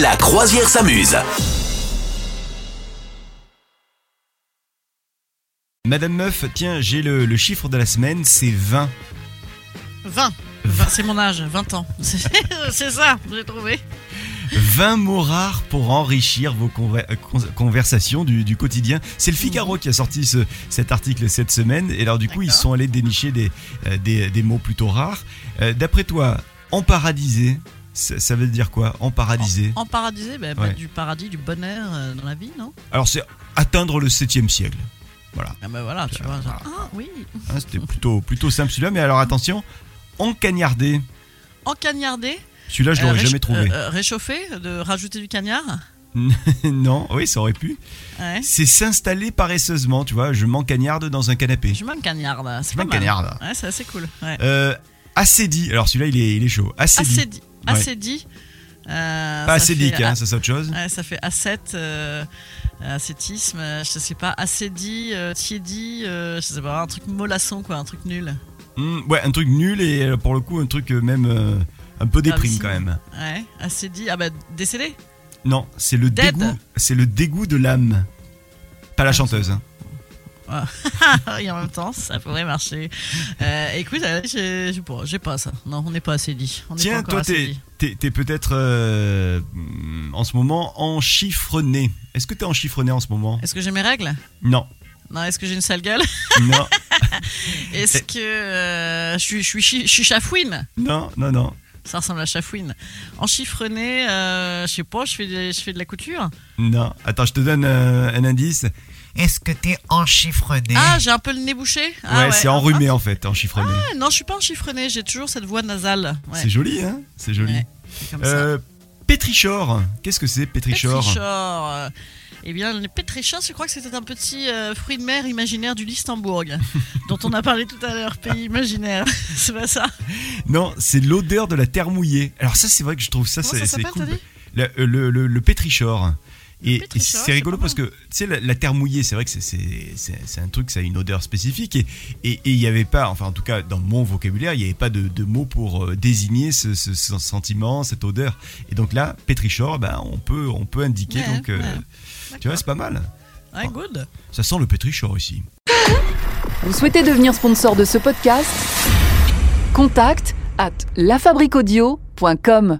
La croisière s'amuse. Madame Meuf, tiens, j'ai le, le chiffre de la semaine, c'est 20. 20. Enfin, c'est mon âge, 20 ans. C'est c'est ça, j'ai trouvé. 20 mots rares pour enrichir vos conver- euh, con- conversations du, du quotidien. C'est le Figaro qui a sorti ce- cet article cette semaine. Et alors, du coup, ils Mhm. D'accord. sont allés dénicher des, euh, des, des mots plutôt rares. Euh, D'après toi, emparadisé, ça, ça veut dire quoi Emparadisé En paradisé, ben, ben, Ouais. du paradis, du bonheur euh, dans la vie, non Alors, c'est atteindre le 7 siècle. Voilà, Ah ben voilà, tu vois. ça. Ah oui. Hein, c'était plutôt, plutôt simple celui-là. Mais alors, attention, encagnardé. En cagnardé. Celui-là, je euh, l'aurais réch- jamais trouvé. euh, euh, réchauffé, de rajouter du cagnard. euh, non, oui, ça aurait pu. Ouais. C'est s'installer paresseusement, tu vois. Je m'encagnarde dans un canapé. Je m'en cagnarde. là, c'est Je pas mal. m'encagnarde. Ouais, c'est assez cool. Ouais. Euh, Assédi. Alors celui-là, il est, il est chaud. Assédi. Assez dit. Assez dit. euh, ça Pas assédique, fait- hein, ça c'est autre chose. Ouais, ça fait asset, euh, ascétisme, euh, je sais pas, assédi, euh, tiédi, euh, je sais pas, un truc mollasson quoi, un truc nul. Hmm, ouais, un truc nul et euh, pour le coup, un truc euh, même euh, un peu déprime si. quand même. Ouais, assédi, ah bah décédé. Non, c'est le Dead. Ah, dégoût. C'est le dégoût de l'âme. Pas la chanteuse. hein. et en même temps, ça pourrait marcher. Euh, écoute, euh, j'ai j'ai pas, j'ai pas ça. Non, on n'est pas assédi. On n'est pas Tiens, encore toi, t'es assédi. t'es- t'es peut-être euh, hmm, en ce moment en chiffrené. Est-ce que t'es en chiffrené en ce moment Est-ce que j'ai mes règles Non, Non, est-ce que j'ai une sale gueule non, Est-ce Eh. que euh, je suis, je suis, chi- je suis chafouine non, non, non. Ça ressemble à chafouine. En chiffrené, euh, je sais pas, je fais, des- je fais de la couture. Non, attends, je te donne euh, un indice. Est-ce que t'es enchiffrené Ah, j'ai un peu le nez bouché. Ouais, Ah, c'est enrhumé en fait, en chiffrené. Ah, non, je suis pas un chiffrené, j'ai toujours cette voix nasale. Ouais, C'est joli, hein C'est joli. Ouais, c'est comme ça. Euh, Pétrichor, qu'est-ce que c'est Pétrichor Pétrichor, euh, Eh bien, le pétrichor, je crois que c'était un petit euh, fruit de mer imaginaire du Listembourg, dont on a parlé tout à l'heure, pays imaginaire. c'est pas ça Non, c'est l'odeur de la terre mouillée. Alors ça, c'est vrai que je trouve ça, Comment c'est ça c'est s'appelle, cool. t'as dit Le, euh, le, le- le pétrichor. Et, et pétrichor, c'est c'est rigolo pas parce que, tu sais, la, la terre mouillée, c'est vrai que c'est- c'est c'est- c'est un truc, ça a une odeur spécifique. Et et- et il n'y avait pas, enfin en tout cas dans mon vocabulaire, il n'y avait pas de, de mot pour euh, désigner ce, ce- ce sentiment, cette odeur. Et donc là, pétrichor, ben, on, peut, on peut indiquer. Ouais, donc, euh, ouais. tu vois, c'est pas mal. Ouais, good. Ça sent le pétrichor ici. Vous souhaitez devenir sponsor de ce podcast Contact à lafabriquaudio.com.